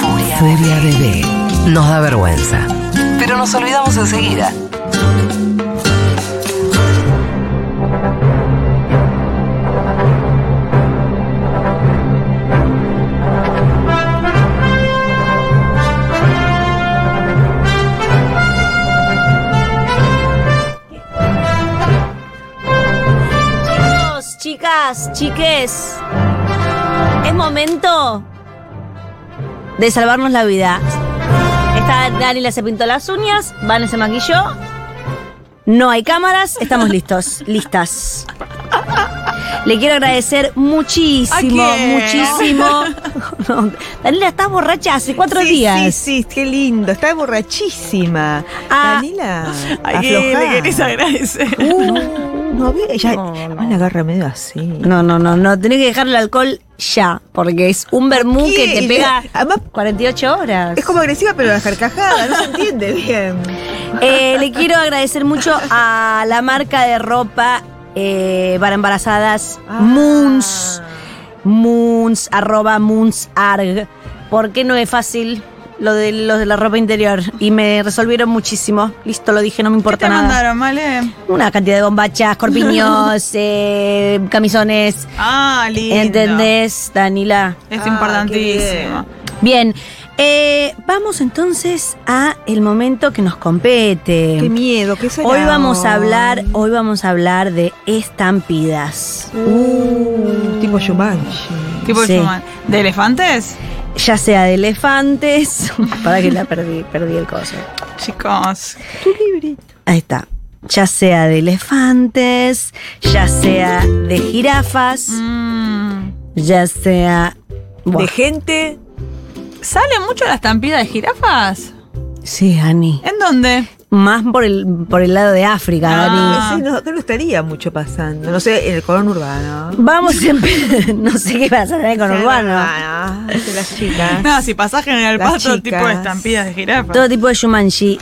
Furia, Furia bebé. Nos da vergüenza. Pero nos olvidamos enseguida. Chicos, chicas, chiques, es momento de salvarnos la vida. Está Dani le se pintó las uñas, Vane se maquilló. No hay cámaras, estamos listos, listas. Le quiero agradecer muchísimo, ¿A quién? muchísimo. No, Daniela, estás borracha hace cuatro sí, días. Sí, sí, qué lindo. Está borrachísima. Ah. eh, Danila, ¿A quién le querés aflojá. agradecer? Uh, no vi, ella Ana agarra medio así. No, no, no, no, tenés que dejar el alcohol ya, porque es un vermú que ¿Qué? te pega Además, 48 horas. es como agresiva, pero la carcajada, no se entiende bien. Eh, le quiero agradecer mucho a la marca de ropa eh, para embarazadas, Ah. Moons, Moons, arroba Moonsarg, porque no es fácil lo de, lo de la ropa interior y me resolvieron muchísimo. Listo, lo dije, no me ¿Qué importa te nada. mandaron, Male? Una cantidad de bombachas, corpiños, eh, camisones. Ah, lindo. ¿Entendés, Danila? Es Ah, importantísimo. Bien, eh, vamos entonces a el momento que nos compete. Qué miedo, qué será. Hoy vamos a hablar, hoy vamos a hablar de estampidas. Uh, tipo Shumanji. Tipo Sí. Schumann. ¿De elefantes? Ya sea de elefantes, para que la perdí, perdí el coso. Chicos. Tu librito. Ahí está. Ya sea de elefantes, ya sea de jirafas, Mm. ya sea Buah. De gente. ¿Sale mucho la estampida de jirafas? Sí, Ani. ¿En dónde? Más por el por el lado de África, Dani. Ah. Sí, no, que no estaría mucho pasando. No sé, en el colón urbano. Vamos a empezar. No sé qué va a salir con Urbano. Ah, de las chicas. No, Ah, si pasás General Las Paz, todo tipo de chicas. estampidas de jirafas. Todo tipo de Shumanji.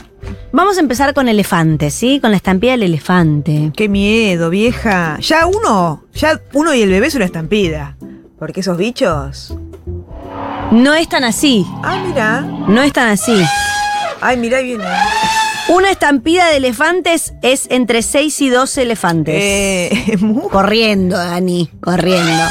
Vamos a empezar con elefantes, ¿sí? Con la estampida del elefante. Qué miedo, vieja. Ya uno, ya uno y el bebé es una estampida. Porque esos bichos. No es tan así. Ah, mira. No es tan así. Ay, mira, viene. Una estampida de elefantes es entre 6 y 12 elefantes. Eh, mu- Corriendo, Dani. Corriendo.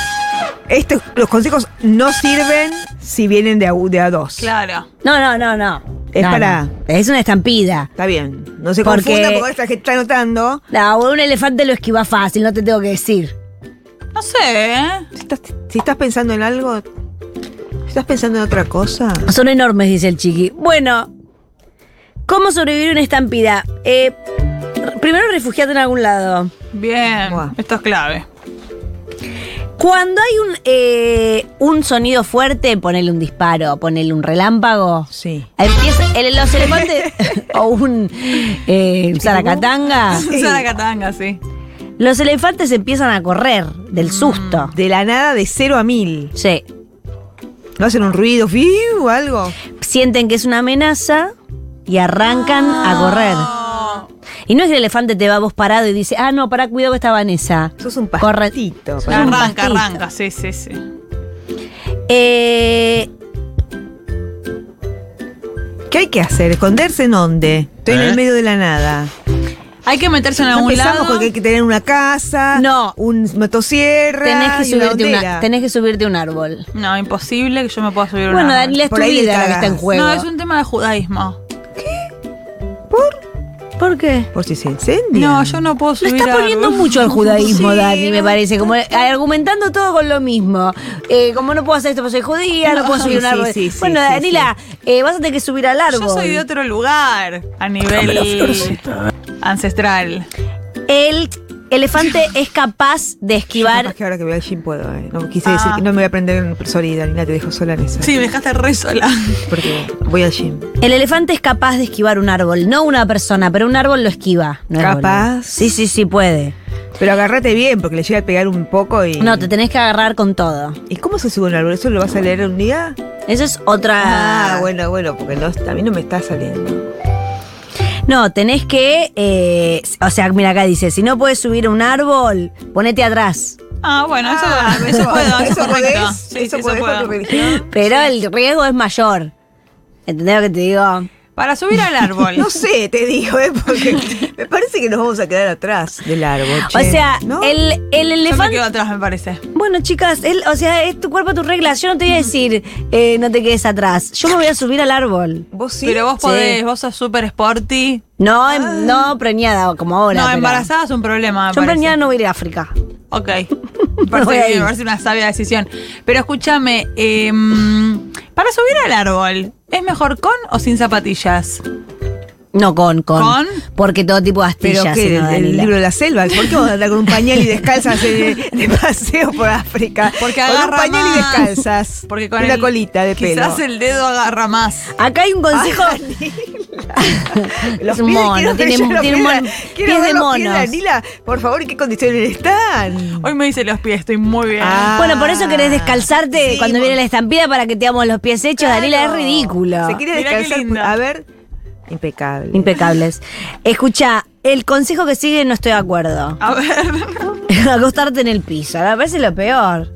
estos, los consejos no sirven si vienen de a, u- de a dos. Claro. No, no, no, no. Es No, para- no. Es una estampida. Está bien. No se Porque- confunda porque ahora esta gente está anotando. No, un elefante lo esquiva fácil, no te tengo que decir. No sé, ¿eh? Si estás, si estás pensando en algo, si estás pensando en otra cosa. Son enormes, dice el chiqui. Bueno, ¿cómo sobrevivir a una estampida? Eh, primero refugiate en algún lado. Bien. Buah. Esto es clave. Cuando hay un, eh, un sonido fuerte, ponele un disparo, ponele un relámpago. Sí. Empieza el, los elefantes o un eh, zaracatanga. Es una catanga, sí. Los elefantes empiezan a correr del susto. De la nada, de cero a mil. Sí. ¿No hacen un ruido, fiu, o algo? Sienten que es una amenaza y arrancan a correr. Oh. Y no es que el elefante te va a vos parado y dice, ah, no, pará, cuidado que está Vanessa. Sos un Corre- pastito. No, un Arranca, pastito. arranca, sí, sí, sí. Eh, ¿Qué hay que hacer? ¿Esconderse en dónde? Estoy en ¿Eh? el medio de la nada. Hay que meterse en No algún empezamos lado. porque hay que tener una casa, No. un motosierra, tenés, que y una subirte una- bandera. tenés que subirte a un árbol. No, imposible que yo me pueda subir a un Bueno, árbol. Daniela, es tu Por ahí te vida la que cagás. está en juego. No, es un tema de judaísmo. ¿Por qué? Por si se incendia. No, yo no puedo Lo subir está poniendo árboles. mucho al judaísmo, Sí, Dani, me no, parece. Como eh, argumentando todo con lo mismo. Eh, como no puedo hacer esto porque soy judía, no, puedo No, subir a un sí, árbol. sí, sí, bueno, sí, Danila, eh, vas a tener que subir al árbol. Yo soy de otro lugar, a Dame la nivel florcita. ancestral. El elefante es capaz de Yo capaz esquivar. que ahora que voy al gym puedo, eh. No quise Ah. decir que no me voy a aprender en solida, ni nada, te dejo sola en esa. Sí, me dejaste re sola. Porque voy al gym. El elefante es capaz de esquivar un árbol, no una persona, pero un árbol lo esquiva. no es Capaz. boludo. Sí, sí, sí puede. Pero agárrate bien, porque le llega a pegar un poco y. No, te tenés que agarrar con todo. ¿Y cómo se sube un árbol? ¿Eso lo vas a leer un día? Eso es otra. Ah, bueno, bueno, porque no, a mí no me está saliendo. No, tenés que. eh, o sea, mira, acá dice: si no puedes subir a un árbol, ponete atrás. Ah, bueno, eso, Ah, eso puedo, eso, es correcto. podés, Sí, sí, eso podés con tu puedo. religión. Pero el riesgo es mayor. ¿Entendés lo que te digo? Para subir al árbol. No sé, te digo, ¿eh? porque me parece que nos vamos a quedar atrás del árbol. O che, sea, ¿no? el, el Yo me elefante. quedo atrás, me parece. Bueno, chicas, él, o sea, es tu cuerpo, tus reglas. Yo no te voy a decir, eh, no te quedes atrás. Yo me voy a subir al árbol. Vos sí. Pero vos Sí. podés, vos sos súper sporty. No, Ah. em- no preñada como ahora. no, pero- embarazada es un problema. me Yo parece. preñada no voy a ir a África. Ok. voy Parece, ahí. me parece una sabia decisión. Pero escúchame, em, para subir al árbol, ¿es mejor con o sin zapatillas? No, con, con. ¿Con? Porque todo tipo de astillas. Pero que sino, el, el Daniela. libro de la selva, ¿por qué vamos a andar con un pañal y descalzas de, de paseo por África? Porque con un agarra pañal y más. descalzas. Porque con y una el- colita de pelo. Quizás el dedo agarra más. Acá hay un consejo. Ah, Los es un pies, mono, quiero tiene- ver yo los tiene un pies de- mon- quiero pies ver de los pies monos. Anila, por favor, ¿en qué condiciones están? Hoy me dice los pies, estoy muy bien. Ah. Bueno, por eso querés descalzarte Sí, cuando mo- viene la estampida para que te damos los pies hechos, Daniela, es Claro. ridículo. Se quiere Mirá qué descalzar. lindo. A ver, impecable. Impecables. Escucha, el consejo que sigue no estoy de acuerdo. A ver. Acostarte en el piso, me parece lo peor.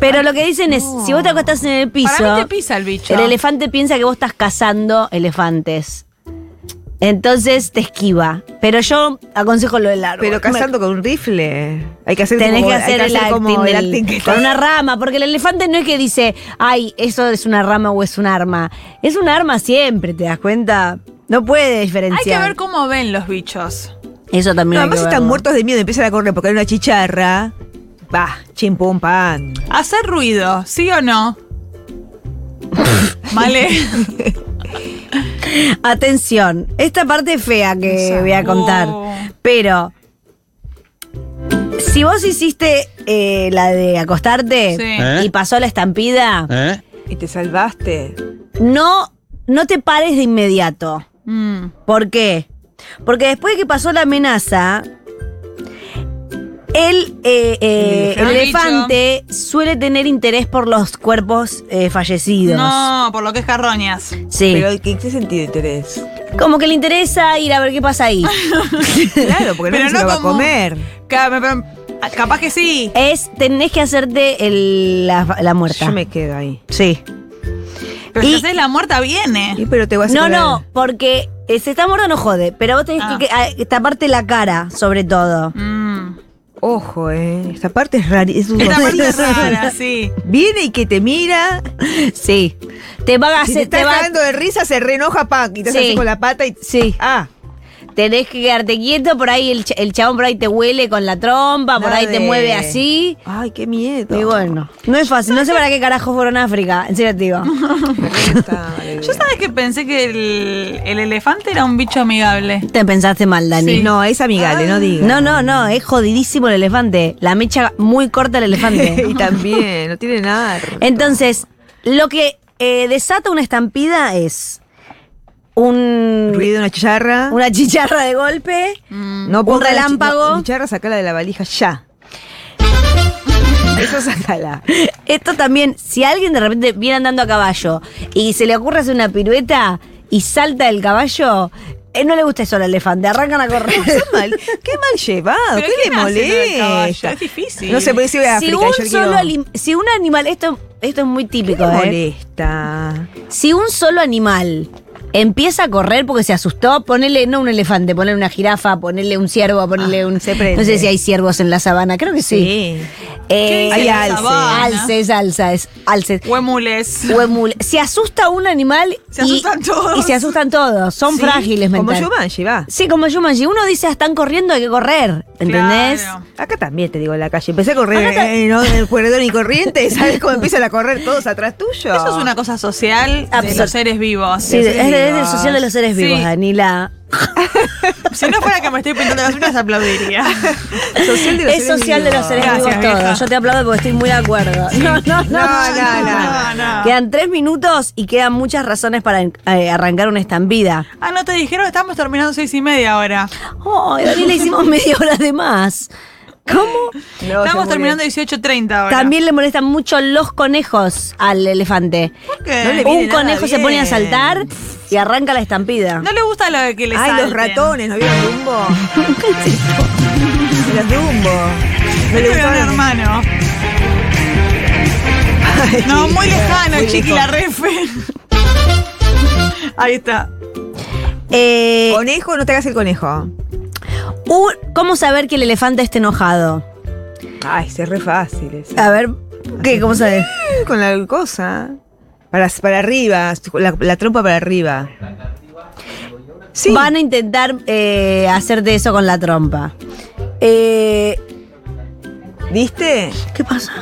Pero lo que dicen es, si vos te acostás en el piso, Para mí te pisa el bicho. el elefante piensa que vos estás cazando elefantes. Entonces te esquiva. Pero yo aconsejo lo del árbol. Pero cazando con un rifle. Hay que hacer Tenés como, que hay hacer el acting, como el del- acting que con está- una rama, porque el elefante no es que dice, ay, eso es una rama o es un arma. Es un arma siempre, ¿te das cuenta? No puede diferenciar. Hay que ver cómo ven los bichos. Eso No, también. hay que además están verlo. muertos de miedo, empiezan a correr porque hay una chicharra. Va, chimpum pan. Hacer ruido, ¿sí o no? vale. Atención, esta parte es fea que voy a contar. Oh. Pero, si vos hiciste eh, la de acostarte Sí. ¿Eh? y pasó la estampida, ¿Eh? Y te salvaste. no, no te pares de inmediato. Mm. ¿Por qué? Porque después de que pasó la amenaza, el, eh, eh, El el elefante. elefante suele tener interés por los cuerpos eh, fallecidos. No, por lo que es carroñas. Sí. Pero ¿en qué sentido de interés? Como que le interesa ir a ver qué pasa ahí. Claro, porque Pero nadie no se lo va a como- comer. Ca- me- pero- Capaz que sí. Es, tenés que hacerte el- la, la muerta. Yo me quedo ahí. Sí. Pero si Y- haces la muerta, viene. Y pero te vas a No, quedar- no, porque eh, se está muerto no jode, pero vos tenés Ah. que, que- a- taparte la cara, sobre todo. Mm. Ojo, eh. Esta parte es rara. Es un- Esta parte es rara, sí. Viene y que te mira. Sí. Te va a Si te hacer, estás Ah, te va- cagando de risa, se reenoja, pan. Y te hace Sí. así con la pata y. Sí. Ah. Tenés que quedarte quieto, por ahí el, ch- el chabón por ahí te huele con la trompa, por nada ahí te de- mueve así. Ay, qué miedo. Y bueno, no es fácil, no sé para qué carajo fueron a África, en serio te digo. eh. Yo sabes que pensé que el, el elefante era un bicho amigable. Te pensaste mal, Dani. Sí. No, es amigable, no digas. Ah. No, no, no, es jodidísimo el elefante. La mecha muy corta el elefante. y también, no tiene nada. de- Entonces, lo que eh, desata una estampida es un Ruido, una chicharra. una chicharra de golpe. no un pongas la chi- relámpago. no, chicharra, sacala de la valija ya. Eso sacala. Esto también, si alguien de repente viene andando a caballo y se le ocurre hacer una pirueta y salta del caballo, eh, no le gusta eso al elefante, arrancan a correr. Qué mal, qué mal llevado, ¿Pero qué, qué le le hacen al caballo? molesta. Es difícil. No sé, por eso voy a si, África. un yo solo quiero- anim- si un animal, esto, esto es muy típico, ¿Qué le ¿eh? molesta? Si un solo animal empieza a correr porque se asustó, ponele, no un elefante, ponele una jirafa, ponele un ciervo, ponele un. Ah, se prende. No sé si hay ciervos en la sabana, creo que sí. ¿Qué Eh, dice hay la alce, sabana? Alce, es alza, es alce. Huemules. Huemul. Se asusta un animal. Se y- asustan todos. Y se asustan todos. Son Sí, frágiles Como mental. Yumanji, va. Sí, como Yumanji. Uno dice, "Ah, están corriendo, hay que correr. ¿Entendés? Claro. Acá también te digo en la calle. Empecé a correr Acá ta- eh, ¿no? en el corredor y corriente. ¿Sabes cómo empiezan a correr todos atrás tuyo? Eso es una cosa social de Absolut- los seres vivos. Sí, Los es, seres es el vivos. social de los seres Sí. vivos, Danila. Si no fuera que me estoy pintando las uñas, aplaudiría. social de los Es seres social de los vivos. seres Gracias, vivos vieja. todos. Yo te aplaudo porque estoy muy de acuerdo. No, no, no. No, no, no. No, no. Quedan tres minutos y quedan muchas razones para eh, arrancar una estampida. Ah, no te dijeron, estamos terminando seis y media ahora. Oh, Daniela, hicimos media hora de más. ¿Cómo? No, se estamos muere. terminando 18.30 ahora. También le molestan mucho los conejos al elefante. ¿Por qué? No le viene Un nada conejo se pone a bien. saltar y arranca la estampida. No le gusta lo de que le Ay, los salten. ratones, ¿no vieron Dumbo? los Dumbo. Me le Pero gustó un el- hermano. Ay, No, muy lejano, muy chiqui, lejos. la refe. Ahí está. Eh, Conejo, no te hagas el conejo. un- ¿Cómo saber que el elefante está enojado? Ay, se re fácil eso. A ver, ¿qué? ¿Cómo saber? Con la cosa. Para, para arriba, la, la trompa para arriba. Sí. Van a intentar eh, hacerte eso con la trompa. Eh, ¿Viste? ¿Qué pasa?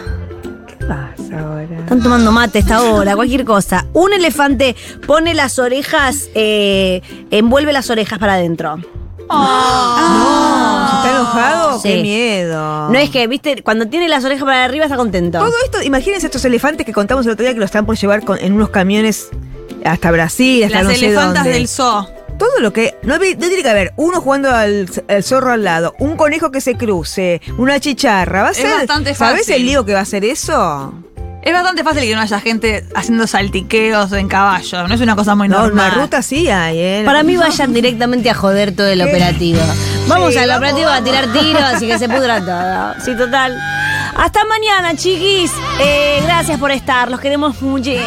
¿Qué pasa ahora? Están tomando mate esta hora, cualquier cosa. Un elefante pone las orejas, eh, envuelve las orejas para adentro. Ah. No, si está enojado, Sí. qué miedo. No es que, viste, cuando tiene las orejas para arriba está contento. Todo esto, imagínense estos elefantes que contamos el otro día que los están por llevar con- en unos camiones hasta Brasil, hasta Las no sé elefantas dónde. del zoo. Todo lo que. No, vi- no tiene que haber uno jugando al, al zorro al lado, un conejo que se cruce, una chicharra. Va a Es ser. bastante ¿Sabés fácil. el lío que va a ser eso? Es bastante fácil que no haya gente haciendo saltiqueos en caballo. No es una cosa muy No, normal. una ruta sí hay, ¿eh? Para mí vayan directamente a joder todo el operativo. Vamos al operativo a tirar tiros y que se pudra todo. Sí, total. Hasta mañana, chiquis. Eh, gracias por estar. Los queremos muchísimo.